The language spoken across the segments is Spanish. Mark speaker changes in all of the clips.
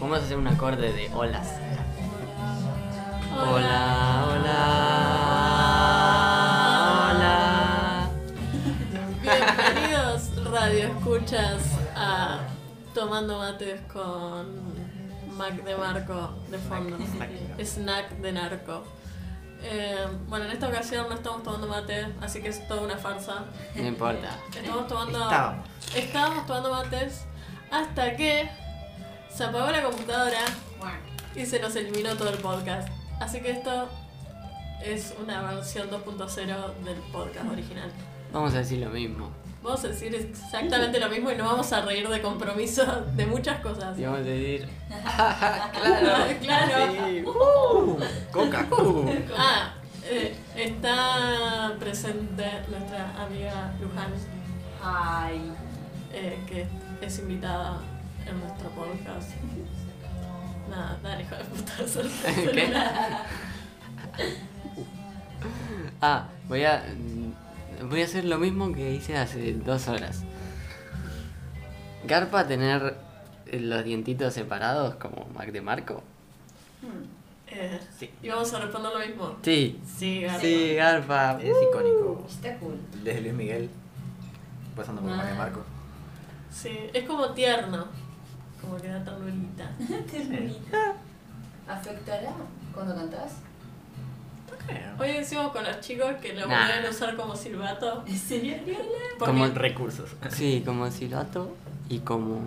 Speaker 1: Vamos a hacer un acorde de olas. Hola, hola,
Speaker 2: Bienvenidos, radio escuchas, a Tomando Mates con Mac de Marco de fondo. Snack de narco. Eh, bueno, en esta ocasión no estamos tomando mate, así que es toda una farsa.
Speaker 1: hola. No importa.
Speaker 2: Estamos tomando.
Speaker 3: Estábamos.
Speaker 2: Estábamos tomando mates hasta que se apagó la computadora y se nos eliminó todo el podcast. Así que esto es una versión 2.0 del podcast original.
Speaker 1: Vamos a decir lo mismo.
Speaker 2: Vamos a decir exactamente lo mismo y no vamos a reír de compromiso de muchas cosas.
Speaker 1: Y vamos a decir.
Speaker 4: Ah,
Speaker 1: "Ah,
Speaker 2: claro.
Speaker 1: sí, uh, Coca. uh.
Speaker 2: Ah, eh, está presente nuestra amiga Luján,
Speaker 4: Ay,
Speaker 2: eh, que es invitada en nuestro podcast. Nada, dale, hijo de puta. solo el
Speaker 1: ¿Qué?
Speaker 2: celular.
Speaker 1: Ah, voy a. mm, Voy a hacer lo mismo que hice hace dos horas. Garpa tener eh, los dientitos separados como Mac de Marco.
Speaker 4: Hmm.
Speaker 2: Eh,
Speaker 3: Sí.
Speaker 2: Y vamos a responder lo mismo.
Speaker 1: Sí.
Speaker 2: Sí, Garpa.
Speaker 1: Sí, Garpa.
Speaker 3: Es icónico.
Speaker 4: está cool.
Speaker 3: Desde Luis Miguel, pasando
Speaker 2: Ah.
Speaker 3: por María Marco.
Speaker 2: Sí, es como tierno. Como que da ternurita.
Speaker 4: Ternurita. ¿Afectará cuando cantás?
Speaker 2: Hoy decimos con los chicos que lo
Speaker 1: Nah.
Speaker 2: pueden usar como silbato.
Speaker 4: ¿Sería
Speaker 2: Porque
Speaker 1: Como-
Speaker 3: Recursos.
Speaker 1: Sí, como silbato y como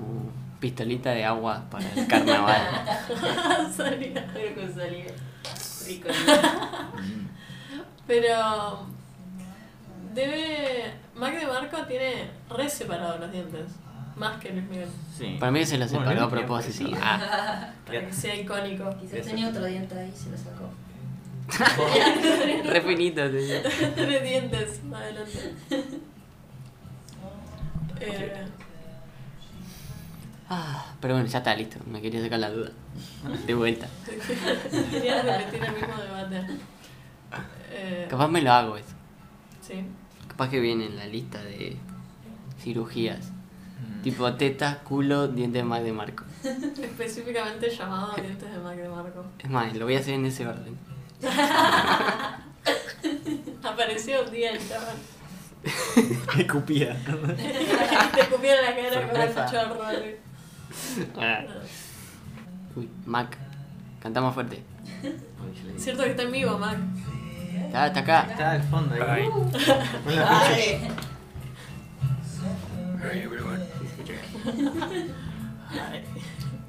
Speaker 1: pistolita de agua para el carnaval.
Speaker 2: Sería.
Speaker 4: Pero con salida. Rico.
Speaker 2: Ah. Pero debe. Mac de Marco tiene re separados los dientes. Más que Luis Miguel.
Speaker 3: Sí.
Speaker 1: Para mí se lo separó
Speaker 3: Bueno,
Speaker 1: a propósito.
Speaker 3: sí.
Speaker 1: Ah,
Speaker 2: Para que sea icónico.
Speaker 4: Quizás
Speaker 3: Eso.
Speaker 4: tenía otro diente ahí y se "Este lo sacó.
Speaker 1: re finito, sí.
Speaker 2: Tres dientes. Adelante. Eh,
Speaker 1: Ah, pero bueno, ya está listo. Me quería sacar la duda. De vuelta.
Speaker 2: quería repetir el mismo debate. Eh,
Speaker 1: Capaz me lo hago eso.
Speaker 2: sí.
Speaker 1: Capaz que viene en la lista de cirugías.
Speaker 3: Mm.
Speaker 1: Tipo teta, culo, dientes más de marco.
Speaker 2: Específicamente llamado dientes de Mac de Marco.
Speaker 1: Es más, lo voy a hacer en ese orden.
Speaker 2: Apareció un día el chaval.
Speaker 3: Cupida.
Speaker 2: Te escupieron la cara con el
Speaker 1: Sorpresa.
Speaker 2: chorro. Ale.
Speaker 1: Ah. Uy, Mac. Cantamos fuerte.
Speaker 2: Cierto que está en vivo, Mac.
Speaker 1: Está, Ah, está acá.
Speaker 3: Está al fondo ahí. Con la pinche.
Speaker 4: Ay,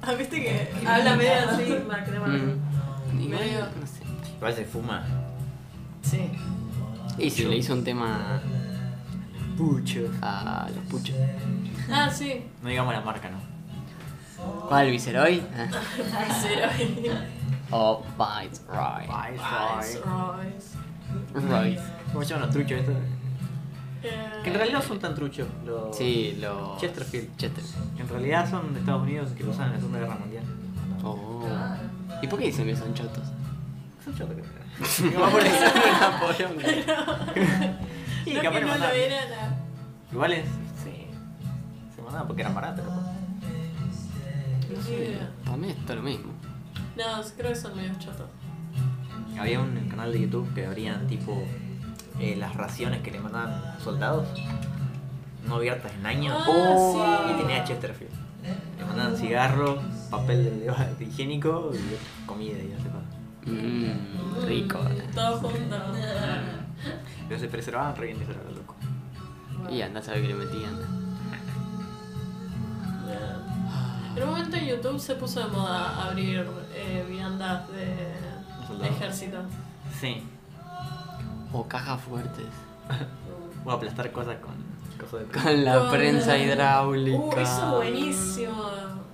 Speaker 2: Ah, viste que habla medio así, Mac de Marco.
Speaker 1: Mm. Igual,
Speaker 2: Medio-
Speaker 1: no sé.
Speaker 3: Igual se fuma.
Speaker 2: Sí.
Speaker 1: Y si le hizo un tema
Speaker 3: Pucho.
Speaker 1: a los puchos.
Speaker 2: Ah, sí.
Speaker 3: No digamos la marca, ¿no?
Speaker 1: ¿Cuál, Viceroy? Ah. Oh,
Speaker 2: Viceroy.
Speaker 1: O Viceroy.
Speaker 2: Viceroys.
Speaker 1: Roy.
Speaker 3: Ah, ¿Cómo se llaman los truchos estos?
Speaker 2: Eh,
Speaker 3: Que en realidad no son tan truchos. Los...
Speaker 1: Sí, los...
Speaker 3: Chesterfield.
Speaker 1: Chester.
Speaker 3: Que en realidad son de Estados Unidos que lo usan en la Segunda Guerra Mundial.
Speaker 1: Oh. ¿Y por qué dicen que son chotos?
Speaker 3: Son chotos que Vamos por eso Napoleón. Y
Speaker 2: no que
Speaker 3: capaz le
Speaker 2: no lo
Speaker 3: mandaban.
Speaker 2: era la...
Speaker 3: Igual es. Sí. Se mandaban porque eran baratos, capaz.
Speaker 2: No sé.
Speaker 1: Para mí es todo lo mismo.
Speaker 2: No, creo que son medio chotos.
Speaker 3: Había un canal de YouTube que abrían tipo eh, las raciones que le mandaban soldados. no abiertas en años.
Speaker 2: Ah,
Speaker 3: y
Speaker 2: sí.
Speaker 3: tenía Chesterfield. Le mandaban cigarros, papel de, de higiénico y comida y no sé cuál.
Speaker 1: Mmm, rico.
Speaker 2: Mm, Todo junto.
Speaker 3: Pero se preservaban re bien, eso era lo loco.
Speaker 1: Y andás a ver qué le metían.
Speaker 2: En un momento en YouTube se puso de moda abrir eh, viandas de
Speaker 3: Soldado.
Speaker 2: ejército.
Speaker 3: Sí.
Speaker 1: O cajas fuertes.
Speaker 3: O aplastar cosas con cosas de
Speaker 1: Con la
Speaker 2: Con-
Speaker 1: prensa hidráulica.
Speaker 2: Uh, eso es buenísimo.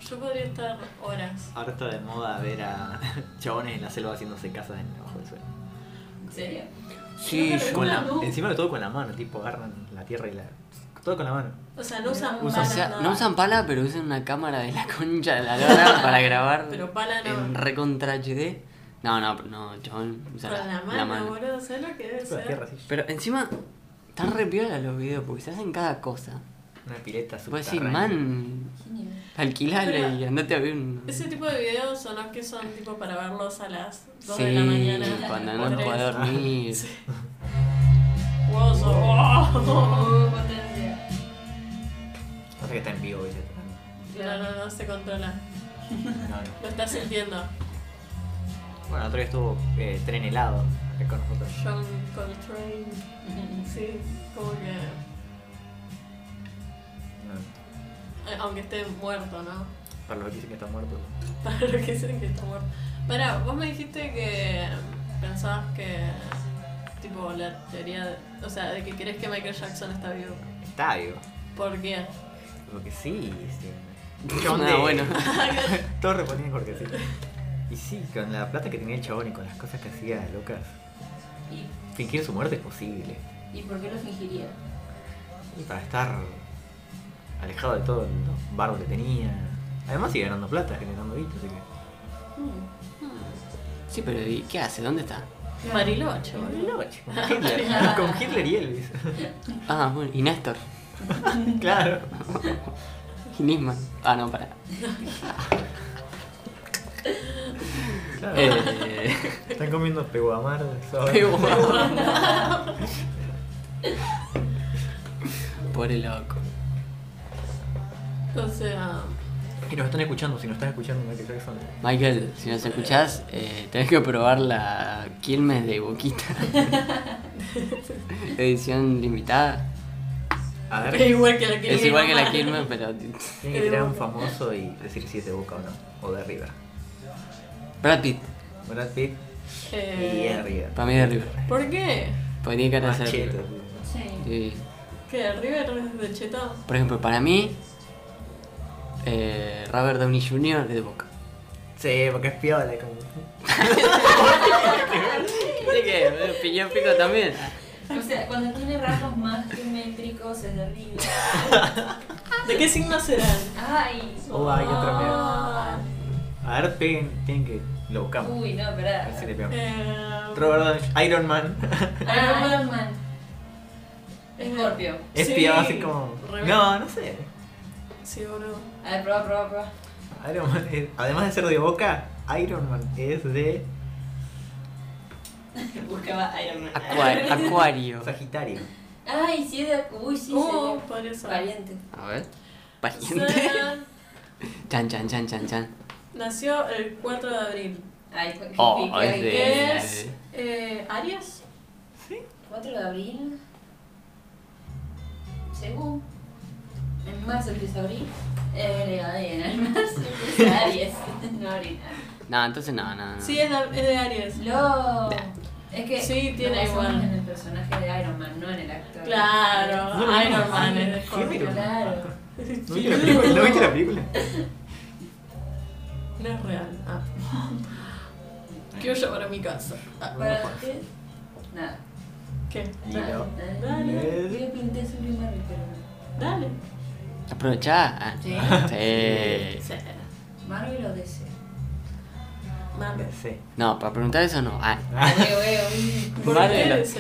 Speaker 2: Yo podría estar horas.
Speaker 3: Ahora está de moda ver a chabones en la selva haciéndose casas en abajo del suelo.
Speaker 4: ¿En serio?
Speaker 1: Sí,
Speaker 4: Yo
Speaker 1: yo
Speaker 2: Ah,
Speaker 3: Con la,
Speaker 4: No.
Speaker 3: Encima de todo con la mano, tipo agarran la tierra y la. Todo con la mano.
Speaker 2: O sea, no usan
Speaker 4: Usan-
Speaker 1: O
Speaker 2: balas,
Speaker 1: sea,
Speaker 2: nada.
Speaker 1: no usan pala, pero usan una cámara de la concha de la lora para grabar
Speaker 2: Pero pala no.
Speaker 1: en recontra HD. No, no, no, chabón. usa
Speaker 2: Con la mano, boludo. ¿Sabes lo que debe
Speaker 3: Con la tierra
Speaker 2: ser?
Speaker 3: así.
Speaker 1: Pero encima, están re piola los videos porque se hacen cada cosa.
Speaker 3: Una pileta
Speaker 1: Puedes
Speaker 3: subterránea.
Speaker 1: decir, Pues man,
Speaker 4: Genial.
Speaker 1: alquilale
Speaker 2: Pero-
Speaker 1: y andate a ver un.
Speaker 2: Ese tipo de videos son los que son tipo para verlos a las 2 de la
Speaker 1: Sí,
Speaker 2: mañana.
Speaker 1: cuando
Speaker 2: o
Speaker 1: no
Speaker 2: tres.
Speaker 1: puedo dormir.
Speaker 2: Wow, so- wow.
Speaker 4: Oh, potencia.
Speaker 3: Pasa que está en vivo, ¿viste? No,
Speaker 2: No, no, no se controla.
Speaker 3: no.
Speaker 2: Lo estás sintiendo.
Speaker 3: Bueno, otro día estuvo eh, tren helado acá con nosotros.
Speaker 2: John Coltrane. Sí, como que.
Speaker 3: No,
Speaker 2: eh, Aunque esté muerto, ¿no?
Speaker 3: Para los que dicen que está muerto.
Speaker 2: Para los que dicen que está muerto. Pará, vos me dijiste que pensabas que. Tipo, la teoría. de- o sea, de que crees que Michael Jackson está vivo.
Speaker 3: Está vivo.
Speaker 2: ¿Por qué?
Speaker 3: Porque sí, sí.
Speaker 1: Nada Ah, bueno.
Speaker 3: Todos respondían porque sí. Y sí, con la plata que tenía el chabón y con las cosas que hacía locas,
Speaker 4: ¿Y,
Speaker 3: fingir su muerte es posible.
Speaker 4: ¿Y por qué lo fingiría?
Speaker 3: Y para estar alejado de todos los barros que tenía. Además sigue ganando plata, generando guita, así que.
Speaker 1: Sí, pero ¿y qué hace? ¿Dónde está?
Speaker 2: Mariloche, boludo.
Speaker 3: Loche, Con Hitler, con Hitler y Elvis.
Speaker 1: Ah, bueno, y Néstor.
Speaker 3: claro.
Speaker 1: Y Nisman. Ah, no, pará.
Speaker 3: claro.
Speaker 1: Eh,
Speaker 3: Están comiendo peguamar. ¿sabes?
Speaker 1: Pero bueno. Pobre loco.
Speaker 2: O sea.
Speaker 3: Y nos están escuchando, si nos están escuchando, Michael Jackson.
Speaker 1: Michael, si nos escuchás, eh, tenés que probar la Quilmes de Boquita. Edición limitada.
Speaker 3: A ver,
Speaker 2: Es igual que la que
Speaker 1: Es igual que la
Speaker 2: que
Speaker 1: Quilmes, pero.
Speaker 3: tiene que tirar un famoso y decir si es de boca o no, o de arriba.
Speaker 1: Brad Pitt,
Speaker 3: Brad Pitt y
Speaker 2: Eh,
Speaker 3: arriba.
Speaker 1: para mí de River.
Speaker 2: ¿Por qué?
Speaker 1: Porque tiene cara de
Speaker 3: Más
Speaker 1: ser.
Speaker 3: cheto.
Speaker 4: Sí.
Speaker 1: Sí.
Speaker 2: ¿Que River es de cheto?
Speaker 1: Por ejemplo, para mí, eh, Robert Downey Jr. es de Boca.
Speaker 3: Sí, porque es piola. Como...
Speaker 1: Así que, piñón pico también.
Speaker 4: O sea, cuando tiene rasgos más geométricos es de arriba. Ah,
Speaker 2: ¿De qué signo serán?
Speaker 4: Ay.
Speaker 3: Oh, hay otra
Speaker 4: Ah.
Speaker 3: A ver, peguen, tienen que. Lo buscamos.
Speaker 4: Uy, no,
Speaker 3: A
Speaker 4: pará.
Speaker 3: ver si le pegamos.
Speaker 2: Eh,
Speaker 3: Robert Downey- Iron Man.
Speaker 4: Ah, Iron Man.
Speaker 2: eh,
Speaker 4: Escorpio.
Speaker 3: es
Speaker 2: Sí,
Speaker 3: piola, así como.
Speaker 2: re-
Speaker 3: No, no sé.
Speaker 2: Sí, boludo.
Speaker 4: A ver, prueba, prueba, prueba.
Speaker 3: Iron Man es- Además de ser de boca, Iron Man es de
Speaker 4: Buscaba Iron Man.
Speaker 1: Acua- acuario.
Speaker 3: Sagitario.
Speaker 4: Ay, sí, es de. Uy, sí,
Speaker 2: Oh,
Speaker 4: sí.
Speaker 2: por eso.
Speaker 4: Valiente.
Speaker 1: A ver. Paciente.
Speaker 2: Serán-
Speaker 1: Chan, chan, chan, chan, chan.
Speaker 2: Nació el 4 de abril.
Speaker 4: Ay, cu-
Speaker 1: Oh, es
Speaker 4: ¿qué?
Speaker 2: ¿Qué
Speaker 1: de-
Speaker 2: es? Eh, ¿Aries?
Speaker 4: 4 de abril. Según. En marzo empieza abril. Eh, en el marzo empieza Aries. No, abril.
Speaker 1: No, entonces no, no, no.
Speaker 2: Sí, es de, es de Aries.
Speaker 4: Lo. Es que.
Speaker 2: Sí, tiene
Speaker 4: nos basamos
Speaker 2: igual.
Speaker 4: en el personaje de Iron Man, no en el actor.
Speaker 2: Claro,
Speaker 3: No, no,
Speaker 2: Iron
Speaker 3: no,
Speaker 2: Man
Speaker 3: sí,
Speaker 2: es de
Speaker 3: sí,
Speaker 2: Scorpio.
Speaker 3: pero-
Speaker 4: Claro.
Speaker 3: ¿No viste la película? ¿No viste la película?
Speaker 2: No es real. Ah. Quiero llevar a mi casa. Ah,
Speaker 4: ¿Para qué? Nada.
Speaker 2: ¿Qué?
Speaker 3: Dilo.
Speaker 4: Dale. Yo pinté su primer pero.
Speaker 2: Dale.
Speaker 1: ¿Aprovechá? Ah.
Speaker 4: Sí.
Speaker 1: Sí.
Speaker 2: Sí.
Speaker 4: Marvel o DC.
Speaker 2: Vale.
Speaker 3: Sí.
Speaker 1: No, para preguntar eso no. Ah.
Speaker 4: Veo, veo, veo.
Speaker 2: ¿Por
Speaker 1: Vale,
Speaker 2: qué
Speaker 1: la-
Speaker 2: dice?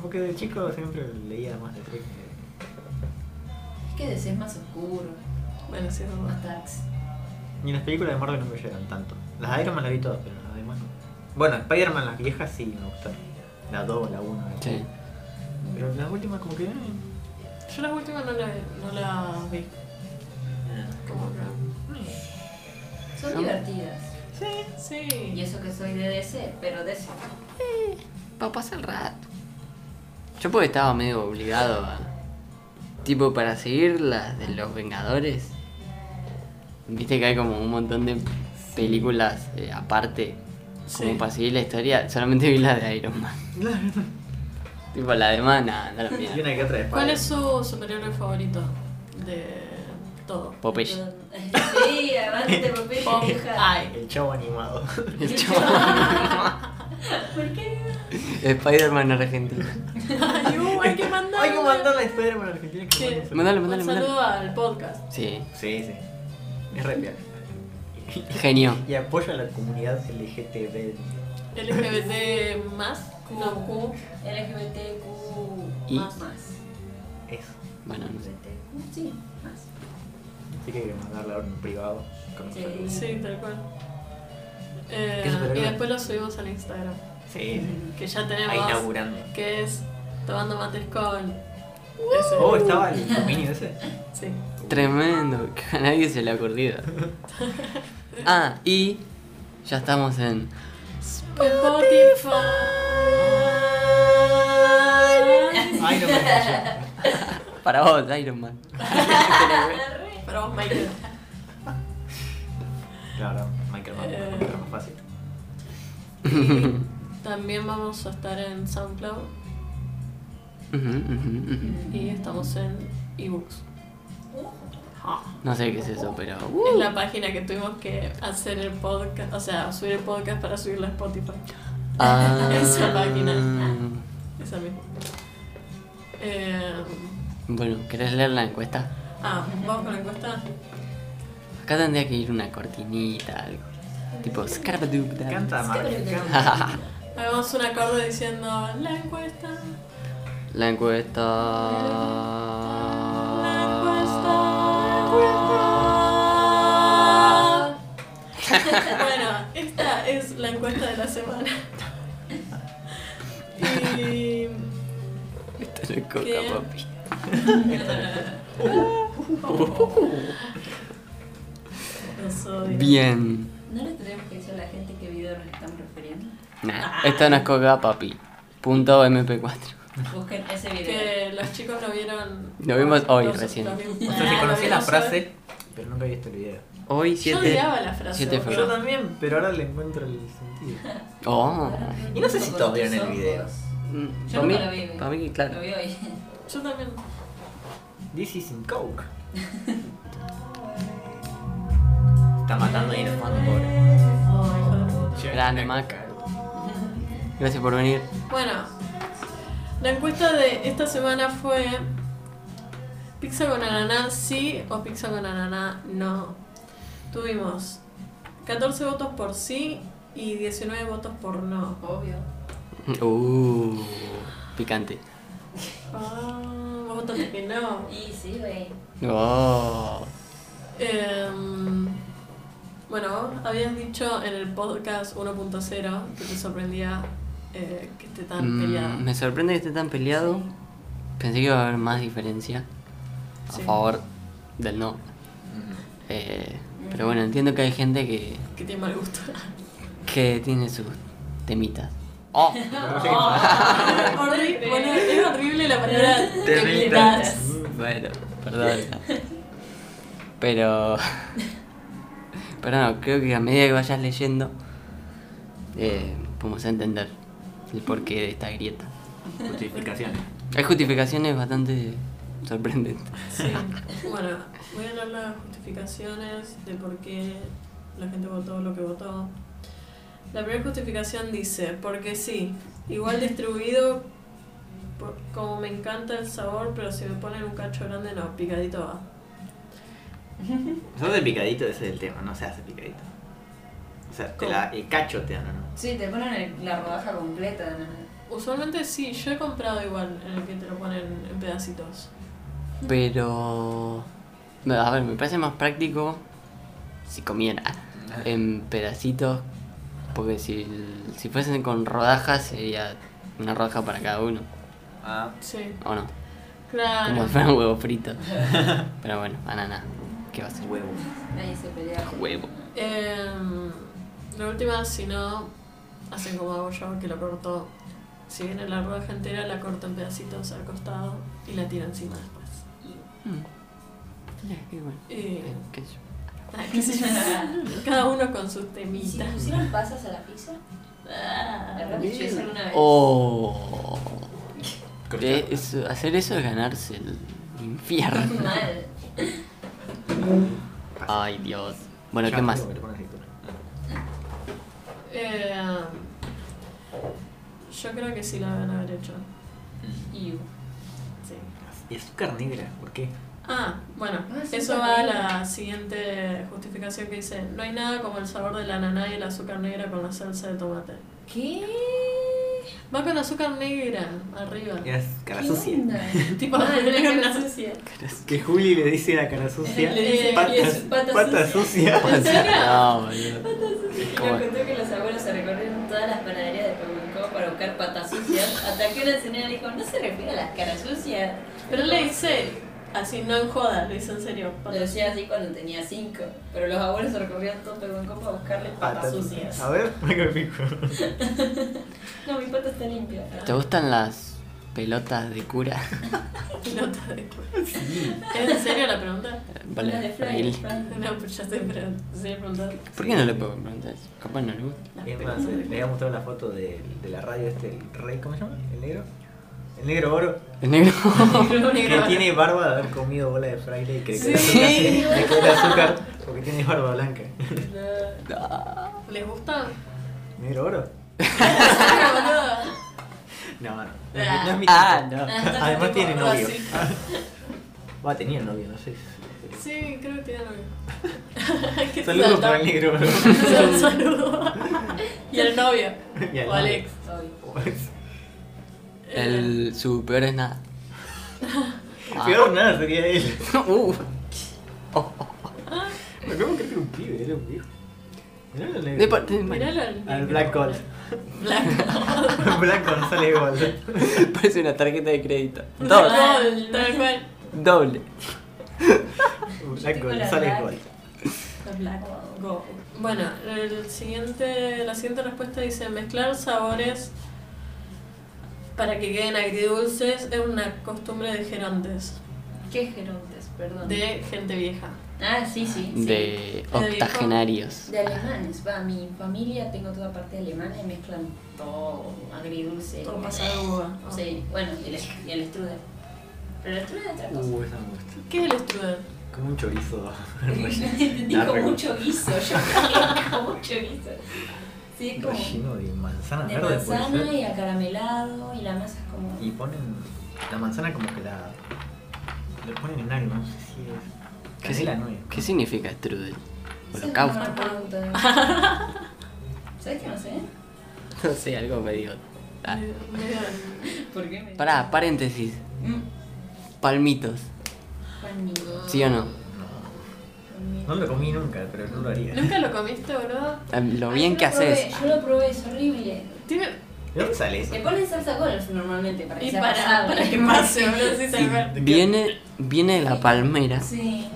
Speaker 3: Porque de chico siempre leía más de tres que-
Speaker 4: Es que DC es más oscuro,
Speaker 2: Bueno, sí, es verdad.
Speaker 4: más tax.
Speaker 3: Ni las películas de Marvel no me llegan tanto. Las de Iron Man las vi todas, pero las demás no. Bueno, Spider-Man las viejas sí me gustaron. La 2, la 1, la
Speaker 1: Sí.
Speaker 3: Pero las últimas como que... eh,
Speaker 2: Yo las últimas no las no las vi. Como que-
Speaker 4: Son
Speaker 1: Yo-
Speaker 4: divertidas. Y
Speaker 2: Sí.
Speaker 4: eso que soy de DC, pero DC.
Speaker 1: Para pasar el rato. Yo porque estaba medio obligado a. Tipo, para seguir las de los Vengadores. Viste que hay como un montón de películas eh, aparte. Como
Speaker 2: Sí.
Speaker 1: para seguir la historia. Solamente vi la de Iron Man. tipo, la de Man, nada, no la
Speaker 3: Y
Speaker 1: miré.
Speaker 3: una que otra de
Speaker 2: ¿Cuál
Speaker 3: Spider.
Speaker 2: es su superhéroe favorito de todo?
Speaker 1: Popeye.
Speaker 4: Sí, además te papel
Speaker 2: Pop
Speaker 4: dibujar.
Speaker 2: Eye.
Speaker 3: El chavo animado.
Speaker 1: El chabón.
Speaker 4: ¿Por qué?
Speaker 1: Spider-Man Argentina.
Speaker 2: Ay, uh, hay que mandar.
Speaker 3: Hay que mandar la Spider-Man a Argentina que
Speaker 2: Sí.
Speaker 3: mande un
Speaker 1: Mandale,
Speaker 2: Un
Speaker 1: mandale, mandale.
Speaker 2: saludo al podcast.
Speaker 1: Sí,
Speaker 3: Sí, sí. Es re piola.
Speaker 1: genio.
Speaker 3: Y apoyo a la comunidad LGTB.
Speaker 2: LGBT más. No, Q.
Speaker 4: LGBTQ
Speaker 1: Y-
Speaker 4: más más.
Speaker 3: Eso.
Speaker 1: Bueno, no sé.
Speaker 4: LGBTQ, sí, más.
Speaker 3: Así que hay que mandarle ahora en privado. Con un
Speaker 4: Sí.
Speaker 3: saludo.
Speaker 2: Sí, tal cual. Eh,
Speaker 3: ¿Qué superhéroe?
Speaker 2: y después lo subimos al Instagram.
Speaker 3: Sí, sí.
Speaker 2: Que ya
Speaker 3: Ahí
Speaker 2: tenemos.
Speaker 3: inaugurando.
Speaker 2: Que es tomando mates con.
Speaker 3: Oh,
Speaker 2: Ese.
Speaker 3: estaba el dominio ese.
Speaker 2: Sí.
Speaker 1: Tremendo, que a nadie se le ha ocurrido. Ah, y ya estamos en
Speaker 2: Spotify.
Speaker 3: Ay, no me escuché.
Speaker 1: para vos, Iron Man.
Speaker 2: Pero vos, Michael.
Speaker 3: Claro, Minecraft va
Speaker 2: Eh.
Speaker 3: a encontrar más fácil.
Speaker 2: También vamos a estar en SoundCloud
Speaker 1: Ujú, ujú, ujú.
Speaker 2: y estamos en ebooks.
Speaker 3: Uh.
Speaker 2: Ja.
Speaker 1: No sé qué es eso, pero uh.
Speaker 2: Es la página que tuvimos que hacer el podcast, o sea, subir el podcast para subirlo a Spotify.
Speaker 1: Ah.
Speaker 2: Esa máquina. Esa misma. Eh,
Speaker 1: Bueno, ¿querés leer la encuesta?
Speaker 2: ah, vamos con la encuesta.
Speaker 1: Acá tendría que ir una cortinita, algo. Tipo Scarabadoo.
Speaker 3: Canta, Mar, canta.
Speaker 4: Escúchame.
Speaker 2: Hagamos un acorde diciendo la encuesta.
Speaker 1: La encuesta.
Speaker 2: La encuesta. Bueno, esta es la encuesta de la semana. Y.
Speaker 1: Esto no es coca,
Speaker 2: ¿Qué?
Speaker 1: papi.
Speaker 2: No soy-
Speaker 1: Bien.
Speaker 4: ¿No le tenemos que decir a la gente qué video nos estamos refiriendo?
Speaker 1: Nah, esto no es coca, papi. Punto MP4.
Speaker 4: Busquen ese video.
Speaker 2: Que los chicos lo vieron.
Speaker 1: Lo vimos hoy
Speaker 2: los-
Speaker 1: recién.
Speaker 2: los vimos-
Speaker 3: O
Speaker 4: O
Speaker 3: sea, si
Speaker 2: Ah,
Speaker 3: conocí
Speaker 2: lo
Speaker 3: la
Speaker 2: vimos hoy.
Speaker 3: frase, pero nunca he visto el video.
Speaker 1: Hoy
Speaker 2: Yo
Speaker 1: 7.
Speaker 2: odiaba la frase.
Speaker 1: siete de
Speaker 2: boludo.
Speaker 1: febrero.
Speaker 3: Yo también, pero ahora le encuentro el sentido.
Speaker 1: Oh.
Speaker 3: Y no sé si todos vieron el video.
Speaker 4: Yo
Speaker 1: Pa' mí,
Speaker 4: nunca lo vi.
Speaker 1: pa' mí,
Speaker 4: Lo
Speaker 1: claro.
Speaker 4: vi hoy.
Speaker 2: Yo también.
Speaker 3: This is in Coke. Está matando ahí en el fondo, pobre.
Speaker 1: Grande, Mac. Gracias por venir.
Speaker 2: Bueno, la encuesta de esta semana fue pizza con ananá sí o pizza con ananá no. Tuvimos 14 votos por sí y 19 votos por no.
Speaker 4: Obvio.
Speaker 1: Uh, picante.
Speaker 2: Ah, vos votaste que no.
Speaker 4: Y sí, güey.
Speaker 1: Oh.
Speaker 2: Em, bueno, vos habías dicho en el podcast 1.0 que te sorprendía eh, que esté tan
Speaker 1: Mm,
Speaker 2: peleada.
Speaker 1: me sorprende que esté tan peleado. Pensé que iba a haber más diferencia a
Speaker 2: Sí.
Speaker 1: favor del no. Eh, pero bueno, entiendo que hay gente que,
Speaker 2: Que tiene mal gusto.
Speaker 1: que tiene sus temitas. Oh.
Speaker 2: Horrible. Bueno, es horrible la palabra
Speaker 3: Temitas.
Speaker 2: temitas.
Speaker 1: Mm, Bueno, perdón. Pero. Pero no, creo que a medida que vayas leyendo, eh, podemos entender el porqué de esta grieta.
Speaker 3: Justificaciones.
Speaker 1: Hay justificaciones bastante sorprendentes.
Speaker 2: Sí. Bueno, voy a leer las justificaciones de por qué la gente votó lo que votó. La primera justificación dice, porque sí, igual distribuido, por- como me encanta el sabor, pero si me ponen un cacho grande no, picadito va.
Speaker 3: Nosotros el picadito ese es el tema, no se hace picadito. O sea, te
Speaker 2: ¿Cómo?
Speaker 3: la, el cacho te dan, ¿o ¿no?
Speaker 4: Sí, te ponen el- la rodaja completa. de ananá.
Speaker 2: Usualmente sí, yo he comprado igual en el que te lo ponen en pedacitos.
Speaker 1: Pero. no, A ver, me parece más práctico si comiera en pedacitos. Porque si, si fuesen con rodajas, sería una rodaja para cada uno,
Speaker 3: Ah,
Speaker 2: Sí.
Speaker 1: ¿o Ah, no? Como
Speaker 2: Claro.
Speaker 1: si fueran huevos fritos. Pero bueno, banana. ¿Qué va a ser?
Speaker 3: Huevo.
Speaker 4: Nadie se pelea. con-
Speaker 1: Ah, Huevo.
Speaker 2: Em, la última, si no, hacen como hago yo, que lo corto. Si viene la rodaja entera, la corto en pedacitos al costado y la tiro encima después.
Speaker 1: Mm. Ya, qué bueno.
Speaker 2: Y,
Speaker 1: Eh, qué sé yo.
Speaker 2: ay, qué sé yo. cada uno con sus
Speaker 4: ¿Y si
Speaker 2: temitas.
Speaker 4: pusieron pasas a la pizza?
Speaker 2: Ah,
Speaker 4: La verdad que yo hice alguna vez.
Speaker 1: Oh. Eh, eso- hacer eso es ganarse el infierno.
Speaker 4: Mal.
Speaker 1: Ay, Dios. ah, Bueno,
Speaker 3: Ya,
Speaker 1: ¿qué más?
Speaker 3: digo que le pones aceituna. Ah.
Speaker 2: Eh, yo creo que sí la van a haber hecho.
Speaker 4: Y
Speaker 2: Sí.
Speaker 3: Y azúcar negra, ¿por qué?
Speaker 2: Ah, bueno,
Speaker 4: Ah, sí,
Speaker 2: eso va a
Speaker 4: también.
Speaker 2: la siguiente justificación que dice: No hay nada como el sabor del ananá y el azúcar negra con la salsa de tomate.
Speaker 4: ¿Qué?
Speaker 2: Va con azúcar negra arriba.
Speaker 3: Era cara sucia.
Speaker 2: Tipo,
Speaker 4: Mal,
Speaker 2: le
Speaker 4: una
Speaker 2: ponen
Speaker 4: cara
Speaker 2: la-
Speaker 4: sucia.
Speaker 3: Que Juli le dice la cara sucia.
Speaker 4: Le dice, "Y es
Speaker 3: patas,
Speaker 4: pata
Speaker 3: patas sucias.
Speaker 4: ¿En serio?
Speaker 1: No, boludo.
Speaker 4: Nos contó que los abuelos se recorrieron todas las panaderías de Pernambuco para buscar patas sucias, hasta que una señora le dijo, no se refiere a las caras sucias.
Speaker 2: Pero le dice, así no en joda, le dice en serio.
Speaker 4: Lo decía así cuando tenía cinco, pero los abuelos se recorrieron todo Pernambuco para buscarle patas sucias.
Speaker 3: A
Speaker 1: Ah.
Speaker 3: ver, me que me fijo.
Speaker 4: No, mi pata está limpia.
Speaker 1: ¿Te gustan las pelotas de cura?
Speaker 2: Pelota de cuero. ¿Es en serio la pregunta?
Speaker 1: Vale,
Speaker 4: Las de
Speaker 1: Mil.
Speaker 4: Fry, Fry.
Speaker 2: No, pues ya te pre- te he preguntado.
Speaker 1: ¿Por qué no le puedo preguntar eso? Capaz no le gusta.
Speaker 2: Las
Speaker 3: Es más, eh, le había mostrado la foto de, de la radio este, el rey, ¿cómo se llama? ¿El negro? El negro oro.
Speaker 1: El negro.
Speaker 2: Negro,
Speaker 3: Que
Speaker 2: negro.
Speaker 3: tiene barba de haber comido bola de fraile y que le cae
Speaker 1: Sí.
Speaker 3: azúcar. Le cae azúcar porque tiene barba blanca.
Speaker 2: ¿Les gusta?
Speaker 3: ¿Negro oro?
Speaker 2: Ah.
Speaker 3: No, no. No, es- no es mi
Speaker 1: Ah,
Speaker 3: tipo.
Speaker 1: no.
Speaker 3: Además tiene
Speaker 2: Ah,
Speaker 3: novio.
Speaker 2: sí.
Speaker 3: Va, tenía novio, no sé.
Speaker 2: Sí, creo que tiene novio. Que
Speaker 3: Saludos
Speaker 2: saltó.
Speaker 3: para el negro oro.
Speaker 2: Un saludo. Y el novio.
Speaker 3: Y al
Speaker 2: o Alex.
Speaker 4: Obvio.
Speaker 1: El, su peor es nada. Ah.
Speaker 3: Peor nada sería él.
Speaker 1: Uh. Oh, oh.
Speaker 3: Me acuerdo que era un pibe, era un viejo. Mirá el
Speaker 1: De
Speaker 3: negro.
Speaker 1: parte de
Speaker 2: Miralo al
Speaker 3: Al Black Gold.
Speaker 2: Black
Speaker 3: Black González Gold.
Speaker 1: Parece una tarjeta de crédito.
Speaker 2: Gold.
Speaker 1: Doble.
Speaker 2: Gold, Tal cual.
Speaker 1: Doble.
Speaker 3: Black
Speaker 4: Estoy con la
Speaker 3: González
Speaker 4: Black.
Speaker 3: Gold.
Speaker 2: Black Go. Bueno, el siguiente, la siguiente respuesta dice mezclar sabores para que queden agridulces es una costumbre de gerontes,
Speaker 4: ¿Qué gerontes? Perdón.
Speaker 2: de gente vieja.
Speaker 4: Ah, sí, sí. sí.
Speaker 1: De octogenarios.
Speaker 4: De alemanes, va, mi familia tengo toda parte alemana y mezclan todo, agridulce.
Speaker 2: Todo pasado de uva.
Speaker 4: Sí, bueno, y el, y el strudel. Pero el strudel es otra cosa.
Speaker 3: Uh, esa me gusta.
Speaker 2: ¿Qué es el strudel?
Speaker 3: Como un chorizo.
Speaker 4: Dijo
Speaker 3: Uh, Largo.
Speaker 4: mucho guiso, yo creo que mucho guiso. Sí, es como
Speaker 3: Relleno de manzana
Speaker 4: de
Speaker 3: Ah, verde, puede
Speaker 4: manzana
Speaker 3: ser.
Speaker 4: y acaramelado y la masa es como...
Speaker 3: Y ponen la manzana como que la. Le ponen en algo, no sé si es.
Speaker 1: ¿Qué, si-
Speaker 3: Canela no es.
Speaker 1: qué significa strudel?
Speaker 4: Esa es una
Speaker 1: Holocausto.
Speaker 4: buena pregunta. ¿Sabes qué eh? no sé?
Speaker 1: No sé, algo medio. Ah.
Speaker 2: Eh, mira,
Speaker 4: ¿Por qué me...?
Speaker 1: Pará, paréntesis.
Speaker 4: Mm,
Speaker 1: Palmitos.
Speaker 4: palmito,
Speaker 1: ¿Sí o no?
Speaker 3: No
Speaker 4: palmito.
Speaker 3: lo comí nunca, pero no lo haría.
Speaker 2: ¿Nunca lo comiste, boludo?
Speaker 1: Eh, Lo
Speaker 4: Ay,
Speaker 1: bien
Speaker 4: yo
Speaker 1: que
Speaker 4: lo probé,
Speaker 1: haces.
Speaker 4: Yo lo probé, es horrible.
Speaker 2: Tiene...
Speaker 3: ¿De dónde sale eso?
Speaker 4: Le ponen salsa golf normalmente para que
Speaker 2: Y
Speaker 4: sea
Speaker 2: para,
Speaker 4: pasable.
Speaker 2: para que pase, boludo, sí, tal cual.
Speaker 1: Viene, viene de la palmera.
Speaker 4: Sí.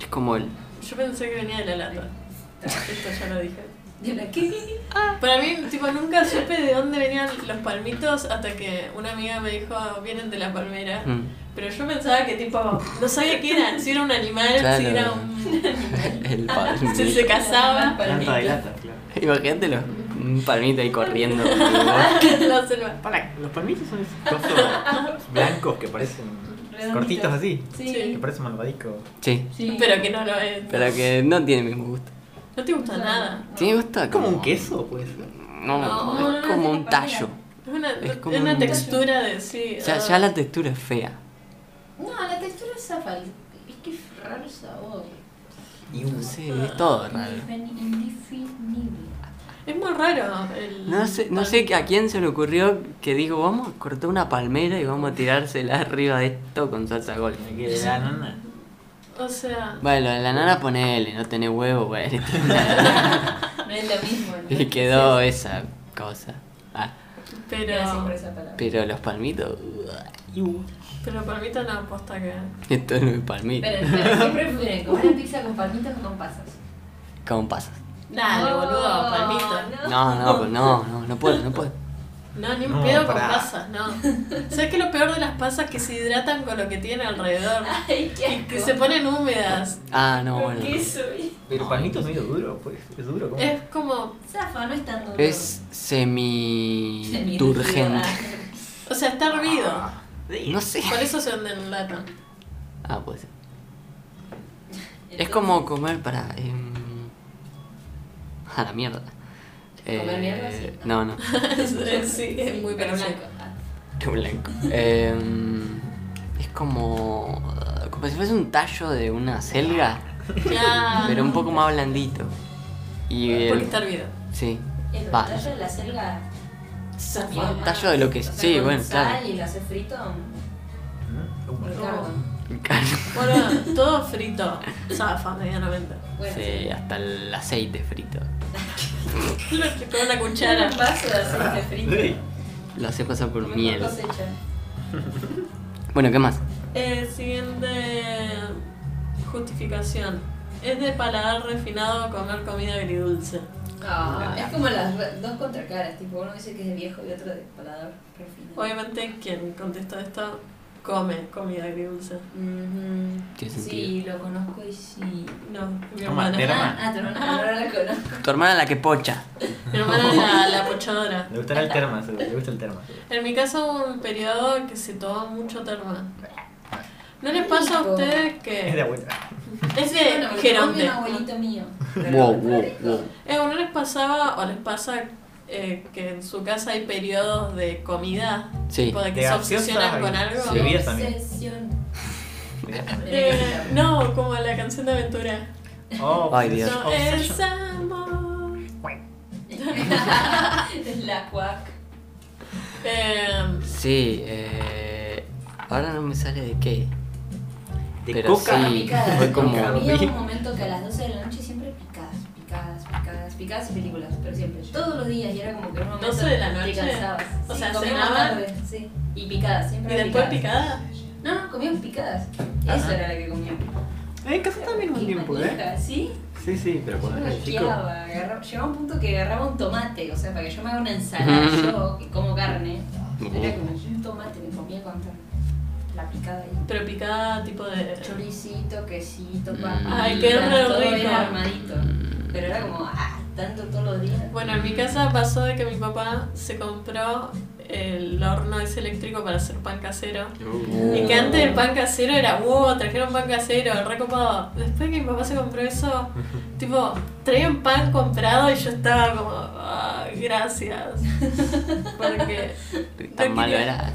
Speaker 1: Es como el.
Speaker 2: Yo pensé que venía de la lata. Esto ya lo dije.
Speaker 4: ¿De la qué?
Speaker 2: Para mí, tipo, nunca supe de dónde venían los palmitos hasta que una amiga me dijo, vienen de la palmera.
Speaker 1: mm,
Speaker 2: Pero yo pensaba que, tipo, no sabía qué eran, si era un animal, si
Speaker 1: Claro.
Speaker 2: era un...
Speaker 1: El palmito.
Speaker 2: Si se casaba,
Speaker 3: Planta de lata, claro.
Speaker 1: Imagínate los, un palmito ahí corriendo.
Speaker 2: la selva.
Speaker 3: Pará, los palmitos son esos cosos blancos que parecen.
Speaker 4: Redonditos.
Speaker 3: cortitos así. Que
Speaker 4: Sí.
Speaker 3: parecen malvadico.
Speaker 1: Sí,
Speaker 4: sí.
Speaker 2: Pero que no lo es.
Speaker 1: pero que no tiene el mismo gusto.
Speaker 2: No te gusta nada.
Speaker 1: Tiene gusto
Speaker 3: Como un queso,
Speaker 1: pues.
Speaker 3: puede ser.
Speaker 1: No,
Speaker 2: No,
Speaker 1: es
Speaker 4: no,
Speaker 1: como
Speaker 4: no, tiene
Speaker 1: un
Speaker 4: palmera.
Speaker 1: tallo.
Speaker 2: Es una,
Speaker 1: Es
Speaker 2: es
Speaker 1: como
Speaker 2: una
Speaker 1: un-
Speaker 2: textura de sí.
Speaker 1: Ya,
Speaker 2: ah.
Speaker 1: ya la textura es fea.
Speaker 4: No, la textura es zafal. Es que es raro sabor.
Speaker 3: Y
Speaker 1: No
Speaker 3: un
Speaker 1: sé, es todo raro.
Speaker 4: Indefin- Indefinible.
Speaker 2: Es muy raro. El
Speaker 1: No sé, no sé a quién se le ocurrió que digo, vamos a cortar una palmera y vamos a tirársela arriba de esto con salsa gol.
Speaker 3: Me quedé de la nana.
Speaker 2: O sea,
Speaker 1: Bueno, lo de la nana ponele, no tenés huevo, bueno.
Speaker 4: No es lo mismo, ¿no?
Speaker 1: Y quedó esa cosa. Ah,
Speaker 2: pero...
Speaker 4: Gracias por esa palabra.
Speaker 1: pero los palmitos. uah.
Speaker 3: Y uh, un-
Speaker 2: Pero para mí está una aposta que.
Speaker 1: Esto no es para mí.
Speaker 4: Pero, espera, ¿qué prefieren? ¿Comer una pizza con palmitos o con pasas?
Speaker 1: ¿Cómo pasas?
Speaker 2: Dale,
Speaker 4: No,
Speaker 2: boludo, palmito.
Speaker 4: no.
Speaker 1: No, no, pues no, no, no puedo, no puedo.
Speaker 2: No, ni un
Speaker 3: No,
Speaker 2: pedo con
Speaker 3: pará.
Speaker 2: pasas, no. ¿Sabes que lo peor de las pasas? Que se hidratan con lo que tienen alrededor.
Speaker 4: Ay, qué asco.
Speaker 2: Que se ponen húmedas.
Speaker 1: Ah, no,
Speaker 4: ¿Por
Speaker 1: bueno.
Speaker 4: qué soy?
Speaker 3: Pero palmito es medio duro, pues. Es duro, ¿cómo?
Speaker 1: Eh.
Speaker 2: Es como.
Speaker 4: Zafa, no es tan duro.
Speaker 1: Es semi turgente.
Speaker 2: O sea, está hervido.
Speaker 3: Ah,
Speaker 1: No sé.
Speaker 2: Por eso se hunden en lata.
Speaker 1: Ah, pues. Es como comer para. em, a la mierda. Eh,
Speaker 4: ¿Comer mierda? Sí,
Speaker 1: No, no.
Speaker 2: sí, es muy
Speaker 4: pero
Speaker 2: parecido.
Speaker 4: blanco. Ah,
Speaker 1: Qué blanco. Em, es como. Como si fuese un tallo de una selga,
Speaker 4: Ah.
Speaker 2: Ya.
Speaker 1: pero un poco más blandito. Y el-
Speaker 2: Porque está hervido.
Speaker 1: Sí.
Speaker 4: El
Speaker 1: Va.
Speaker 4: tallo de la selga.
Speaker 2: Zafa.
Speaker 1: Un tallo de lo que-
Speaker 4: O sea,
Speaker 1: sí,
Speaker 4: con
Speaker 1: bueno,
Speaker 4: sal
Speaker 1: claro.
Speaker 4: y lo hace frito.
Speaker 3: ¿Mm? Uh,
Speaker 1: Pues
Speaker 2: Oh.
Speaker 4: Ricardo.
Speaker 2: Bueno, todo frito. Zafa, medianamente.
Speaker 4: Bueno,
Speaker 1: Sí, hasta el aceite frito.
Speaker 2: Con una
Speaker 4: Echar
Speaker 2: cuchara.
Speaker 4: un vaso de aceite frito.
Speaker 3: Sí.
Speaker 1: Lo hace pasar por
Speaker 4: Mejor
Speaker 1: miel.
Speaker 4: cosecha.
Speaker 1: Bueno, ¿qué más?
Speaker 2: Eh, siguiente justificación. Es de paladar refinado comer comida agridulce.
Speaker 4: Ah, es como las re- dos contracaras, tipo uno dice que es de viejo y otro de paladar refinado.
Speaker 2: Obviamente quien contesta esto come comida agridulce.
Speaker 4: Mhm.
Speaker 1: Tiene
Speaker 4: Sí, lo conozco y sí.
Speaker 2: No, mi
Speaker 3: Toma,
Speaker 2: hermana.
Speaker 3: de la mano.
Speaker 4: Ah, tu hermana, ahora la conozco.
Speaker 1: Tu hermana la que pocha.
Speaker 2: Mi hermana es la, la pochadora.
Speaker 3: Le gustará el terma, seguro. Le gusta el terma.
Speaker 1: Eh.
Speaker 2: En mi caso hubo un periodo que se tomaba mucho terma. ¿No les pasa a ustedes
Speaker 3: Es de
Speaker 2: que
Speaker 3: abuela.
Speaker 2: es de
Speaker 4: Bueno, me lo comió
Speaker 2: geronte?
Speaker 4: un abuelito mío.
Speaker 1: Wow, wow, wow.
Speaker 2: Eh, ¿o ¿No les pasaba o les pasa eh, que en su casa hay periodos de comida?
Speaker 1: Sí.
Speaker 2: Tipo de que
Speaker 3: De
Speaker 2: se
Speaker 3: gaseosa
Speaker 2: obsesionan
Speaker 3: y-
Speaker 2: con algo.
Speaker 1: Sí.
Speaker 3: Bebidas también.
Speaker 4: Obsesión.
Speaker 2: Eh, no, como la canción de aventura.
Speaker 3: Oh,
Speaker 1: Ay,
Speaker 3: pues,
Speaker 1: Dios.
Speaker 2: No es
Speaker 3: obsession.
Speaker 2: amor.
Speaker 4: Es la cuac.
Speaker 2: Eh,
Speaker 1: Sí, eh, ahora no me sale de qué.
Speaker 3: De
Speaker 1: Pero
Speaker 3: coca.
Speaker 1: sí.
Speaker 4: Picadas.
Speaker 1: fue como-
Speaker 4: Había un momento que a las 12 de la noche siempre picadas, picadas, picadas, picadas y películas, pero siempre. Todos los días y era como que en un momento
Speaker 2: 12 de la
Speaker 4: te
Speaker 2: noche.
Speaker 4: cansabas.
Speaker 2: O
Speaker 4: Sí,
Speaker 2: sea,
Speaker 4: comíamos
Speaker 2: cenaban.
Speaker 4: tarde, sí. Y picadas, siempre.
Speaker 2: y
Speaker 4: era
Speaker 2: después picada.
Speaker 4: No, no, comíamos picadas. Eso
Speaker 3: Ajá.
Speaker 4: era la que comía.
Speaker 3: Eh, en casa también un
Speaker 4: Qué
Speaker 3: tiempo, ¿eh?
Speaker 4: manija, Sí,
Speaker 3: Sí, sí, pero
Speaker 4: yo
Speaker 3: cuando
Speaker 4: me
Speaker 3: era chico.
Speaker 4: asqueaba, agarra- Llegaba un punto que agarraba un tomate, o sea, para que yo me haga una ensalada,
Speaker 1: Ujú.
Speaker 4: yo que como carne,
Speaker 1: Ujú.
Speaker 4: era como un tomate, me comía con carne. La picada ahí.
Speaker 2: Pero picada tipo de.
Speaker 4: Choricito, quesito,
Speaker 1: Mm.
Speaker 4: papá.
Speaker 1: Ay, qué
Speaker 2: re
Speaker 4: todo
Speaker 2: rico.
Speaker 4: bien armadito.
Speaker 1: Mm.
Speaker 4: Pero era como, ah, tanto todos los días.
Speaker 2: Bueno, en mi casa pasó de que mi papá se compró el horno ese eléctrico para hacer pan casero.
Speaker 1: Uh.
Speaker 2: Y que antes el pan casero era, wow, trajeron pan casero, recopado. Después que mi papá se compró eso, tipo, traían pan comprado y yo estaba como, ah, gracias. Porque
Speaker 1: Tan
Speaker 2: No
Speaker 1: malo
Speaker 2: quería-
Speaker 1: era.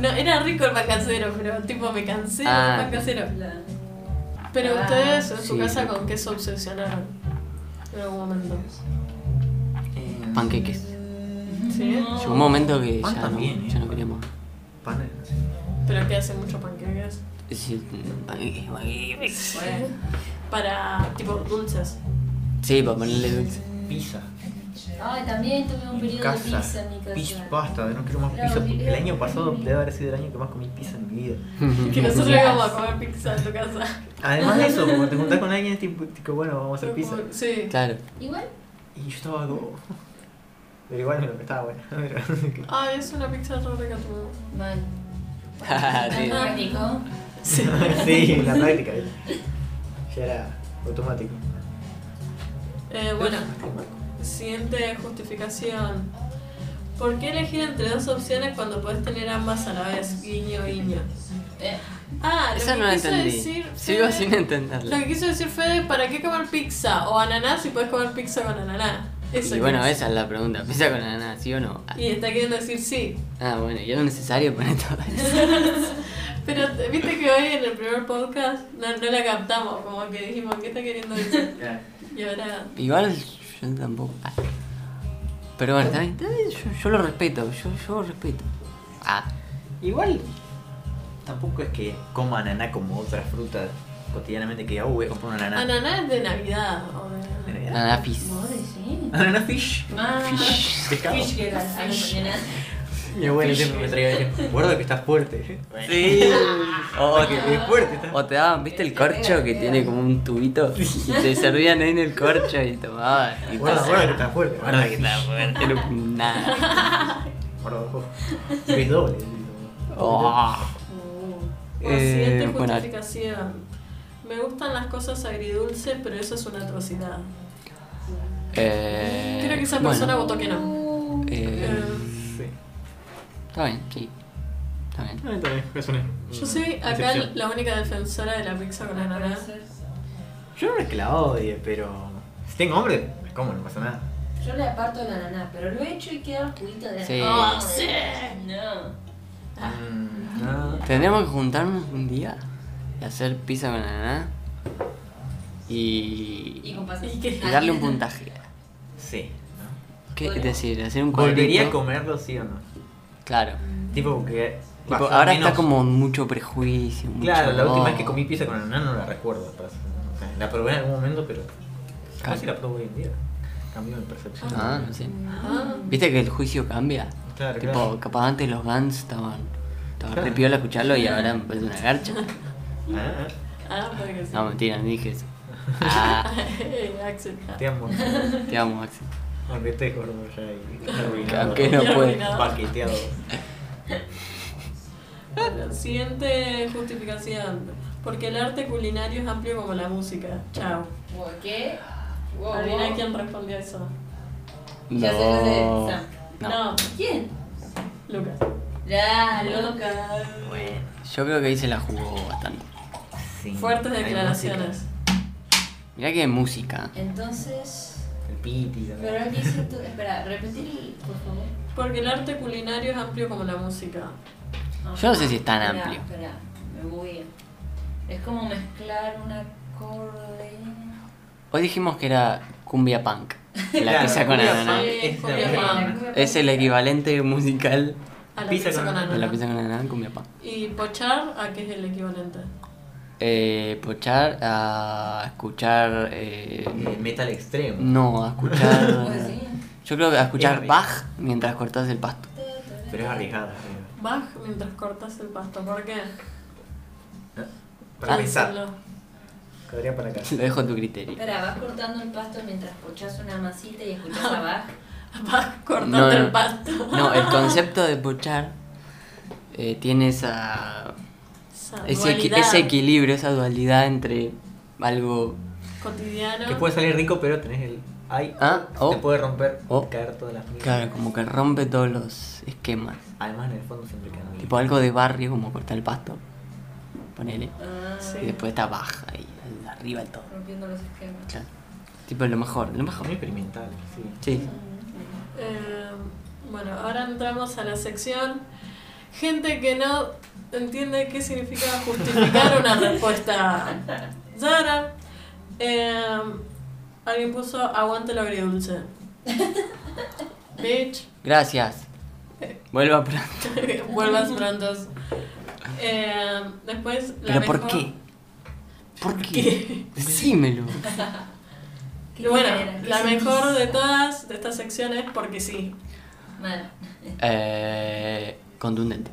Speaker 2: No, era rico el pan casero, pero tipo me cansé
Speaker 1: Ah.
Speaker 2: del pan casero.
Speaker 4: La-
Speaker 2: Pero
Speaker 4: Ah,
Speaker 2: ustedes en su
Speaker 1: sí,
Speaker 2: casa
Speaker 1: rico.
Speaker 2: con qué se obsesionaron en algún momento.
Speaker 3: Eh,
Speaker 1: Panqueques.
Speaker 2: ¿Sí?
Speaker 1: Llegó un momento que
Speaker 3: Pan
Speaker 1: ya
Speaker 3: también,
Speaker 1: no,
Speaker 3: eh.
Speaker 1: ya no queríamos.
Speaker 3: Pan, sí.
Speaker 2: Pero que hacen mucho panqueques.
Speaker 1: Sí, panqueques, panqueques.
Speaker 4: Bueno,
Speaker 2: Para tipo dulces.
Speaker 1: Sí, para ponerle dulce.
Speaker 3: Pizza.
Speaker 4: Ay, también tuve un periodo de pizza en mi casa.
Speaker 3: Pizza, pasta, no quiero más
Speaker 4: Era
Speaker 3: pizza. porque
Speaker 4: horrible.
Speaker 3: El año pasado debe haber sido el año que más comí pizza en mi vida.
Speaker 2: Que nosotros íbamos a comer pizza en tu casa.
Speaker 3: Además de eso, cuando te juntás con alguien, es tipo, tipo, bueno, vamos a hacer
Speaker 2: Fue
Speaker 3: pizza.
Speaker 2: como- Sí.
Speaker 1: Claro.
Speaker 4: Igual,
Speaker 3: Y yo estaba como. Pero igual me lo estaba bueno.
Speaker 2: Ay, es una pizza re rica tu
Speaker 4: mal.
Speaker 1: Sí.
Speaker 4: Práctico.
Speaker 2: Sí.
Speaker 3: sí, la práctica. ¿viste? Ya era automático.
Speaker 2: Eh, bueno, siguiente justificación. ¿Por qué elegir entre dos opciones cuando puedes tener ambas a la vez? Guiño, guiño.
Speaker 4: Eh,
Speaker 2: Ah, lo
Speaker 1: Eso
Speaker 2: que
Speaker 1: no lo
Speaker 2: quiso
Speaker 1: entendí.
Speaker 2: decir.
Speaker 1: Sigo
Speaker 2: Fede-
Speaker 1: sin entenderlo.
Speaker 2: Lo que quiso decir Fede, ¿para qué comer pizza o ananá si puedes comer pizza con ananá? Eso
Speaker 1: Y bueno,
Speaker 2: quiso decir.
Speaker 1: esa es la pregunta. ¿Pizza con ananá, sí o no?
Speaker 2: Y está queriendo decir sí.
Speaker 1: Ah, bueno, y era necesario poner todo eso.
Speaker 2: Pero te- viste que hoy en el primer podcast no, no la captamos, como que dijimos, ¿qué está queriendo decir? Y ahora.
Speaker 1: Igual yo tampoco. ah. Pero bueno, también, también yo, yo lo respeto, yo, yo respeto. Ah,
Speaker 3: Igual, tampoco es que coma ananá como otras frutas cotidianamente que, oh, voy a comprar una ananá.
Speaker 2: Ananá es de Navidad. O de...
Speaker 3: ¿Ananá?
Speaker 1: ananá fizz.
Speaker 4: no, sí.
Speaker 3: ¿Ananá fish?
Speaker 4: Mal.
Speaker 1: Fish.
Speaker 3: Pescado.
Speaker 4: Fish que era. Fish.
Speaker 1: Mi abuelo
Speaker 3: siempre me traía decía, guarda que estás fuerte.
Speaker 1: Sí. O,
Speaker 3: O que es fuerte, estás
Speaker 1: o te daban, ¿viste el corcho que tiene como un tubito? Y te servían ahí en el corcho y tomabas. Y te
Speaker 3: Guarda, guarda que estás fuerte.
Speaker 1: Guarda que está fuerte, no- nada.
Speaker 3: Guarda, ojo. Es doble.
Speaker 1: Oh.
Speaker 2: Por
Speaker 1: Eh,
Speaker 2: siguiente
Speaker 1: bueno.
Speaker 2: justificación. Me gustan las cosas agridulces, pero eso es una atrocidad.
Speaker 1: Eh,
Speaker 2: Creo que esa
Speaker 1: bueno.
Speaker 2: persona votó que no.
Speaker 4: Uh,
Speaker 1: Eh,
Speaker 2: Eh,
Speaker 3: Sí.
Speaker 1: está bien, sí. Está bien.
Speaker 3: Ah, está bien, es una-
Speaker 2: yo soy
Speaker 3: una
Speaker 2: acá
Speaker 3: excepción.
Speaker 2: la única defensora de la pizza con ananá.
Speaker 3: Yo no es que la odie, pero. Si tengo hambre, me como, no pasa nada.
Speaker 4: Yo le aparto la ananá, pero lo he hecho y queda juguito de
Speaker 1: Sí.
Speaker 4: ananá.
Speaker 2: Oh, sí.
Speaker 4: No.
Speaker 2: Ah.
Speaker 3: Mm, no.
Speaker 1: Tendríamos que juntarnos un día y hacer pizza con ananá y,
Speaker 4: Y con pasas.
Speaker 2: ¿Y qué?
Speaker 1: y darle un puntaje.
Speaker 3: Sí. ¿no?
Speaker 1: ¿Qué es decir? Hacer un cuadrito.
Speaker 3: ¿Volvería a comerlo, sí o no?
Speaker 1: Claro.
Speaker 3: Tipo que.
Speaker 1: Tipo,
Speaker 3: bajo
Speaker 1: ahora
Speaker 3: menos-
Speaker 1: está como mucho prejuicio. mucho
Speaker 3: Claro, la última
Speaker 1: no.
Speaker 3: vez que comí pizza con ananá no la recuerdo. pero- o sea, la probé en algún momento, pero.
Speaker 1: Claro.
Speaker 3: Casi la pruebo hoy en día. Cambió mi percepción.
Speaker 1: Ah, no sé.
Speaker 2: Ah,
Speaker 1: Viste que el juicio cambia.
Speaker 3: Claro,
Speaker 1: tipo,
Speaker 3: claro.
Speaker 1: capaz antes los Guns estaban. Estaba
Speaker 3: Claro.
Speaker 1: re piola escucharlo y ahora me parece una garcha.
Speaker 3: Ah,
Speaker 2: ah, puede que sí.
Speaker 1: No, mentira, no dije eso. Ah,
Speaker 2: Eh, Axel.
Speaker 3: ah, te amo.
Speaker 1: te amo, Axel.
Speaker 3: Aunque estés gordo ya y arruinado.
Speaker 1: Aunque no
Speaker 2: Y
Speaker 1: puede.
Speaker 2: arruinado.
Speaker 3: Paqueteado.
Speaker 2: Bueno, Siguiente justificación. Porque el arte culinario es amplio como la música. Chao.
Speaker 4: Wow, ¿Qué? Wow,
Speaker 2: Adivina
Speaker 4: Oh, wow.
Speaker 2: quién respondió eso.
Speaker 4: Ya sé, ya sé,
Speaker 1: No.
Speaker 4: Sam.
Speaker 1: No.
Speaker 2: No,
Speaker 4: ¿Quién?
Speaker 2: Lucas.
Speaker 4: La loca.
Speaker 1: Bueno, yo creo que ahí se la jugó bastante.
Speaker 3: Sí.
Speaker 2: Fuertes
Speaker 3: Hay
Speaker 2: declaraciones.
Speaker 1: Mirá que música.
Speaker 4: Entonces.
Speaker 3: música. El piti
Speaker 4: Pero
Speaker 3: también.
Speaker 4: él dice tú. Espera, repetir, por favor.
Speaker 2: Porque el arte culinario es amplio como la música.
Speaker 4: Ah,
Speaker 1: Yo no sé si es tan
Speaker 4: espera,
Speaker 1: amplio.
Speaker 4: Espera, me voy. Es como mezclar un acorde.
Speaker 1: Hoy dijimos que era cumbia punk. La
Speaker 3: Claro,
Speaker 1: pizza con
Speaker 3: cumbia
Speaker 1: ananá.
Speaker 3: punk
Speaker 2: Eh,
Speaker 3: es la
Speaker 2: cumbia
Speaker 3: mejor.
Speaker 2: punk.
Speaker 1: Es el equivalente musical
Speaker 2: A la
Speaker 3: Pizza
Speaker 2: pizza,
Speaker 3: con
Speaker 2: con
Speaker 1: de
Speaker 2: ananá.
Speaker 1: la pizza con ananá, cumbia punk.
Speaker 2: Y pochar, ¿a qué es el equivalente?
Speaker 1: Eh, pochar a escuchar. eh,
Speaker 3: Eh, Metal extremo.
Speaker 1: no, a
Speaker 4: Pues
Speaker 1: escuchar.
Speaker 4: sí.
Speaker 1: Yo creo que a escuchar
Speaker 3: Es
Speaker 1: Bach mientras cortas el pasto.
Speaker 3: Pero es arriesgada. arriesgada.
Speaker 2: Baj mientras cortas el pasto. ¿Por qué? Ah,
Speaker 3: Para pensar.
Speaker 2: Piénsalo.
Speaker 3: Cabría para acá.
Speaker 1: Lo dejo a tu criterio.
Speaker 4: Espera, vas cortando el pasto mientras pochás una masita y escuchás
Speaker 1: Ah.
Speaker 4: a Bach.
Speaker 2: Baj cortando
Speaker 1: No, no.
Speaker 2: el pasto.
Speaker 1: No, el concepto de pochar eh, tiene esa,
Speaker 2: Esa
Speaker 1: ese, equi-
Speaker 2: dualidad
Speaker 1: ese equilibrio, esa dualidad entre algo.
Speaker 2: cotidiano.
Speaker 3: Que puede salir rico, pero tenés el. Ay,
Speaker 1: Ah, oh.
Speaker 3: te puede romper
Speaker 1: Oh.
Speaker 3: caer todas las mierdas.
Speaker 1: Claro, como que rompe todos los esquemas.
Speaker 3: Además, en el fondo siempre queda
Speaker 1: Tipo algo de barrio, como cortar el pasto. Ponele.
Speaker 4: Ah,
Speaker 2: Sí.
Speaker 1: Y después está baja ahí, arriba el todo.
Speaker 4: rompiendo los esquemas.
Speaker 1: Claro. Tipo lo mejor, lo mejor.
Speaker 3: Muy experimental, sí.
Speaker 1: Sí.
Speaker 2: Eh, bueno, ahora entramos a la sección gente que no entiende qué significa justificar una respuesta. Zara, eh, alguien puso aguante lo agridulce. Bitch,
Speaker 1: Gracias. Vuelva pronto.
Speaker 2: vuelvas prontos. Eh, después, la
Speaker 1: ¿Pero por
Speaker 2: mejor-
Speaker 1: qué? ¿Por qué? Decímelo.
Speaker 4: ¿Qué
Speaker 2: Bueno,
Speaker 4: era? ¿Qué
Speaker 2: la
Speaker 4: sentís?
Speaker 2: mejor de todas de estas secciones porque sí,
Speaker 4: Mal.
Speaker 1: Eh, contundente.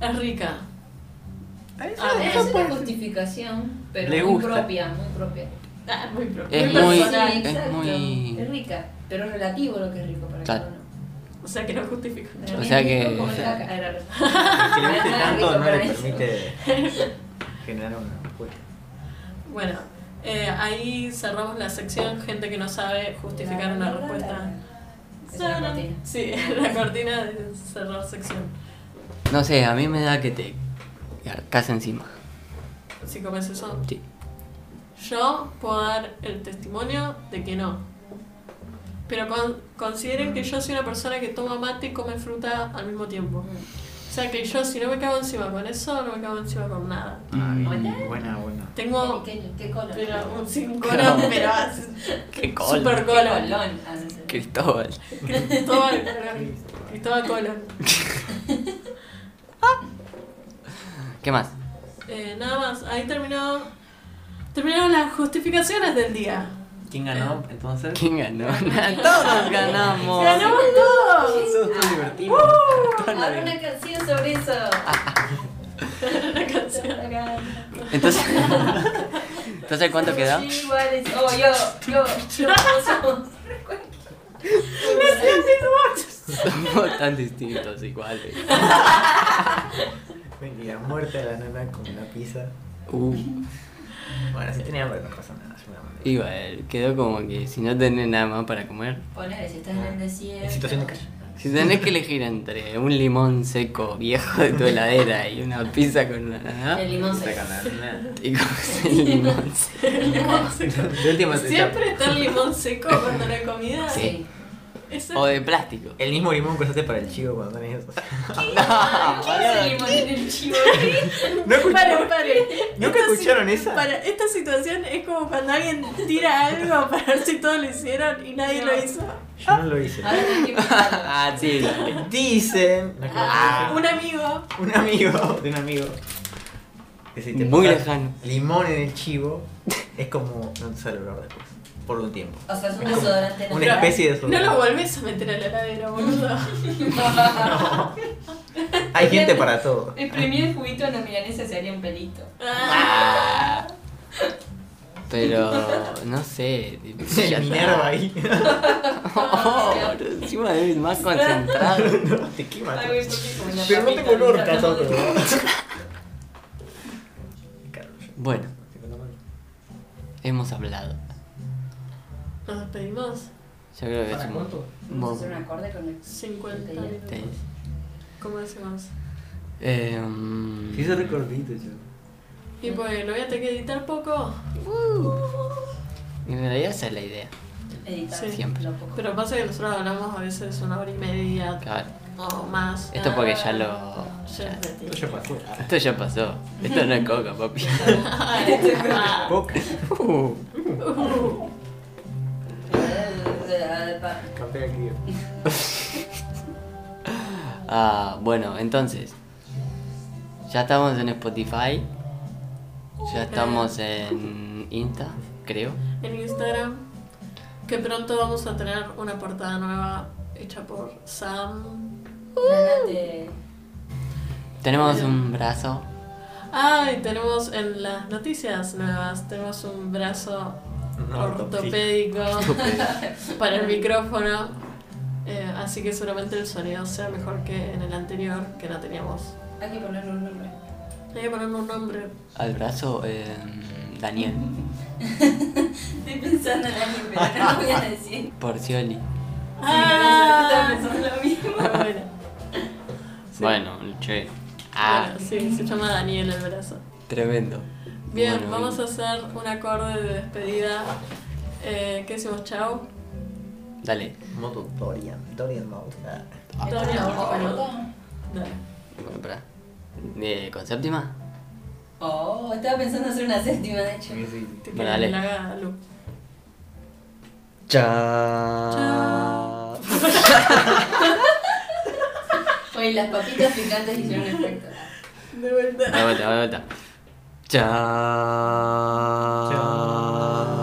Speaker 2: es rica.
Speaker 4: Ah, es una justificación, pero
Speaker 3: Le
Speaker 4: muy
Speaker 3: gusta.
Speaker 4: propia, muy propia.
Speaker 2: Ah, muy pro-
Speaker 1: Es
Speaker 2: muy
Speaker 1: muy-
Speaker 2: personal.
Speaker 1: es
Speaker 4: exacto.
Speaker 1: muy-
Speaker 4: Es rica, pero es relativo lo que es rico para
Speaker 1: Claro.
Speaker 4: cada uno.
Speaker 2: O sea que no justifica.
Speaker 4: Para mí
Speaker 1: sea
Speaker 4: es rico
Speaker 1: que-
Speaker 4: como
Speaker 1: o sea-
Speaker 4: caca. Ah, era rico.
Speaker 3: Si le guste
Speaker 4: Ah,
Speaker 3: tanto,
Speaker 4: rico
Speaker 3: no
Speaker 4: para
Speaker 3: le
Speaker 4: eso.
Speaker 3: permite generar una respuesta.
Speaker 2: Bueno, eh, ahí cerramos la sección gente que no sabe justificar una respuesta.
Speaker 4: Es una cortina.
Speaker 2: Sí, la cortina de cerrar sección.
Speaker 1: No sé, a mí me da que te arcas encima.
Speaker 2: Si comes eso.
Speaker 1: Sí.
Speaker 2: Yo puedo dar el testimonio de que no. Pero con- consideren que yo soy una persona que toma mate y come fruta al mismo tiempo. O sea que yo si no me cago encima con eso, no me cago encima con nada.
Speaker 3: Ah,
Speaker 1: Mm.
Speaker 3: bien.
Speaker 4: Hola.
Speaker 3: Buena, buena.
Speaker 2: Tengo
Speaker 4: ¿Qué, qué color?
Speaker 2: pero un cincolón,
Speaker 1: Claro.
Speaker 2: pero
Speaker 1: ¡Qué
Speaker 2: super colón.
Speaker 4: ¿Qué colón? Ah, no sé.
Speaker 1: Cristóbal.
Speaker 2: Cristóbal Colón. Cristóbal Colón.
Speaker 1: ¿Qué más?
Speaker 2: Eh, nada más, ahí terminó. Terminaron las justificaciones del día.
Speaker 3: ¿Quién ganó entonces?
Speaker 1: ¿Quién ganó? Todos ganamos.
Speaker 2: ¡Ganamos todos!
Speaker 3: Eso es divertido. ¡Uh!
Speaker 4: Ahora ah, una canción sobre eso.
Speaker 2: Una canción.
Speaker 1: Entonces, entonces ¿cuánto quedó?
Speaker 4: Sí, Igual es- Oh, yo, yo, yo, somos.
Speaker 1: Somos tan distintos iguales.
Speaker 3: Venía muerta la nana con una pizza.
Speaker 1: Uh,
Speaker 3: Bueno, si tenía hambre no pasa nada. yo me la mandé.
Speaker 1: igual, quedó como que si no tenés nada más para comer.
Speaker 4: Ponele, si estás en el desierto.
Speaker 3: En situación de calle.
Speaker 1: Si tenés que elegir entre un limón seco viejo de tu heladera y una pizza con una naranja,
Speaker 4: ¿Ah? El limón
Speaker 3: Está
Speaker 4: seco.
Speaker 3: ganando, nada.
Speaker 1: y comes el limón seco.
Speaker 2: Limón seco.
Speaker 3: De última, se-
Speaker 2: Siempre está el limón seco cuando no hay comida.
Speaker 1: Sí.
Speaker 2: Eso-
Speaker 1: O de plástico.
Speaker 3: El mismo limón que usaste para el chivo cuando tenés eso.
Speaker 4: Ah, ¿Qué es el
Speaker 1: boludo.
Speaker 4: limón en el chivo?
Speaker 3: ¿No escucharon?
Speaker 2: Paren, paren.
Speaker 3: ¿Nunca
Speaker 2: Esta
Speaker 3: escucharon
Speaker 2: si-
Speaker 3: esa?
Speaker 2: Para, esta situación es como cuando alguien tira algo para ver si todos lo hicieron y nadie
Speaker 4: No.
Speaker 2: lo hizo.
Speaker 3: Yo no lo hice.
Speaker 4: Ahora tengo que pensarlo.
Speaker 1: Ah, sí.
Speaker 3: Dicen. No,
Speaker 2: Ah,
Speaker 3: claro.
Speaker 2: un amigo.
Speaker 3: Un amigo de un amigo. que si te
Speaker 1: Muy
Speaker 3: pasas
Speaker 1: lejano.
Speaker 3: Limón en el chivo es como no te sale el olor después. Por un tiempo.
Speaker 4: O sea, es un desodorante
Speaker 3: Una
Speaker 4: natural.
Speaker 3: especie de
Speaker 2: No
Speaker 3: desodorante.
Speaker 2: lo volvés a meter a la heladera, boludo.
Speaker 3: Hay gente para todo.
Speaker 4: Exprimir el juguito en la milanesa se haría un pelito.
Speaker 2: Ah,
Speaker 1: Pero no sé. tipo, ya
Speaker 3: El
Speaker 1: está.
Speaker 3: Minerva ahí.
Speaker 1: Oh, pero encima debes más concentrado.
Speaker 3: No, te quema.
Speaker 4: Ay, güey, porque como una
Speaker 3: Pero no
Speaker 4: papita,
Speaker 3: tengo olor,
Speaker 4: mira,
Speaker 3: cazo,
Speaker 4: todo.
Speaker 3: pero-
Speaker 1: Bueno, hemos hablado.
Speaker 2: Nos despedimos.
Speaker 1: Yo creo que es un-
Speaker 4: Vamos a
Speaker 1: Bueno,
Speaker 4: hacer un acorde con el
Speaker 2: 50
Speaker 1: te-
Speaker 2: minutos. ¿Cómo decimos?
Speaker 1: eh, mm,
Speaker 3: Hice recordito yo.
Speaker 2: Y pues lo voy a tener que editar poco,
Speaker 1: En realidad esa es la idea.
Speaker 4: editar.
Speaker 2: Sí.
Speaker 1: Siempre.
Speaker 4: lo poco.
Speaker 2: pero pasa que nosotros hablamos a veces una hora y media
Speaker 1: Claro.
Speaker 2: o más.
Speaker 1: Esto porque ya lo.
Speaker 2: Ah, Ya es de ti.
Speaker 3: Yo pasó.
Speaker 1: Esto ya pasó. Esto no es coca, papi.
Speaker 2: Ah.
Speaker 3: Coca.
Speaker 1: Uh,
Speaker 4: eh,
Speaker 3: Café de crío.
Speaker 1: Ah, bueno, entonces. Ya estamos en Spotify. Ya estamos en Insta, creo.
Speaker 2: en Instagram. Que pronto vamos a tener una portada nueva hecha por Sam.
Speaker 4: Nana te-
Speaker 1: Tenemos un brazo.
Speaker 2: Ah, y tenemos en las noticias nuevas, tenemos un brazo
Speaker 3: No,
Speaker 2: ortopédico para el micrófono. Eh, así que seguramente el sonido sea mejor que en el anterior que no teníamos.
Speaker 4: Hay que ponerle un nombre.
Speaker 2: Hay que ponerle un nombre.
Speaker 1: Al brazo, eh, Daniel.
Speaker 4: Estoy pensando en alguien, pero no lo voy a decir.
Speaker 1: Porcioli.
Speaker 4: Ah,
Speaker 2: Ah,
Speaker 4: estaba pensando lo mismo.
Speaker 2: bueno. Sí.
Speaker 1: Bueno, che. Ah,
Speaker 2: Bueno, sí, se llama Daniel el brazo.
Speaker 1: tremendo.
Speaker 2: Bien,
Speaker 1: Bueno,
Speaker 2: vamos
Speaker 1: y-
Speaker 2: a hacer un acorde de despedida. Eh, ¿Qué decimos? Chau.
Speaker 1: Dale.
Speaker 3: Moto Dorian. Dorian Mode. Ah.
Speaker 4: ¿Esto es la última nota?
Speaker 2: Dale.
Speaker 1: Bueno, pará. Eh, ¿Con séptima?
Speaker 4: Oh, estaba pensando hacer una séptima, de hecho.
Speaker 3: Sí, sí.
Speaker 2: Te
Speaker 1: Bueno,
Speaker 2: queda
Speaker 1: dale.
Speaker 2: en la luz.
Speaker 1: Chao.
Speaker 4: Oye, las papitas picantes hicieron efecto.
Speaker 2: De vuelta.
Speaker 1: De vuelta, de vuelta. Chao.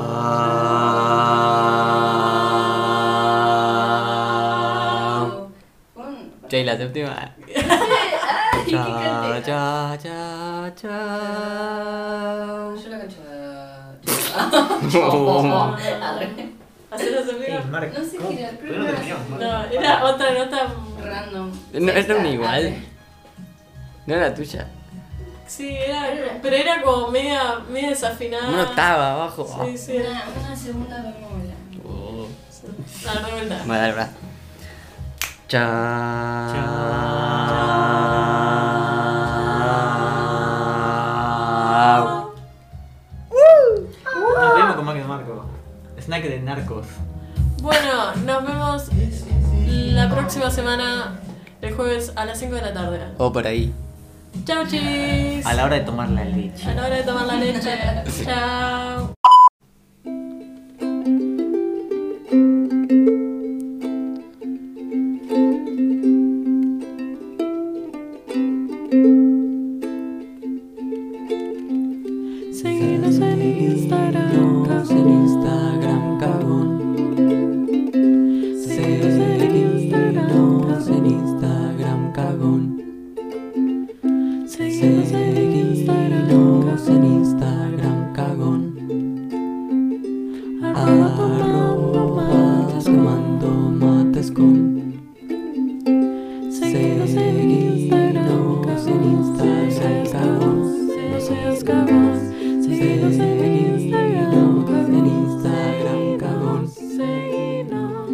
Speaker 3: Ah.
Speaker 4: Un-
Speaker 1: Che, ¿y la séptima.
Speaker 4: ¡Ay, qué
Speaker 1: Chao,
Speaker 4: cante!
Speaker 1: chao, chao, chao.
Speaker 4: Yo la cancho. ah,
Speaker 1: Oh.
Speaker 4: Arre.
Speaker 2: Hacer la sonido.
Speaker 3: Ey, Mark,
Speaker 4: No sé
Speaker 3: ¿cómo?
Speaker 4: qué era, creo
Speaker 3: Pero no
Speaker 4: que era-
Speaker 3: teníamos, Mark.
Speaker 2: No, era otra nota.
Speaker 4: Random.
Speaker 1: No,
Speaker 4: Sexta,
Speaker 1: era una igual.
Speaker 4: arre.
Speaker 1: No era tuya.
Speaker 2: Sí, era. Pero era como media, media desafinada.
Speaker 1: Una octava abajo.
Speaker 2: Ah,
Speaker 1: Ah.
Speaker 2: Sí, sí. era-
Speaker 4: Una, una segunda bemola.
Speaker 1: Oh.
Speaker 2: Ah, de vuelta.
Speaker 1: Me va a dar el brazo. Chao.
Speaker 3: Nos vemos con Mac de Marco. Snack de narcos.
Speaker 2: Bueno, nos vemos la próxima semana, el jueves a las 5 de la tarde.
Speaker 1: O por ahí.
Speaker 2: Chau, chis.
Speaker 3: A la hora de tomar la leche.
Speaker 2: A la hora de tomar la leche. Chao.
Speaker 1: Seguimos en Instagram. en Instagram. Arroba fumando mates con.
Speaker 2: Seguinos en Instagram,
Speaker 1: Seguinos en Instagram,
Speaker 2: cabos, no seas cabos. Seguinos en Instagram,
Speaker 1: Seguinos en Instagram,
Speaker 2: Instagram,
Speaker 1: cabos.
Speaker 2: cabos. Seguinos,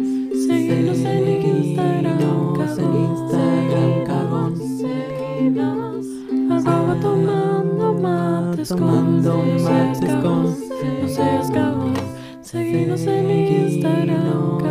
Speaker 2: seguinos en Instagram,
Speaker 1: Seguinos en Instagram, cabos.
Speaker 2: cabos. Seguinos, arroba tomando mates con,
Speaker 1: Tomando
Speaker 2: no seas
Speaker 1: mates con.
Speaker 2: cabos, no seas cabos. Seguinos en Instagram,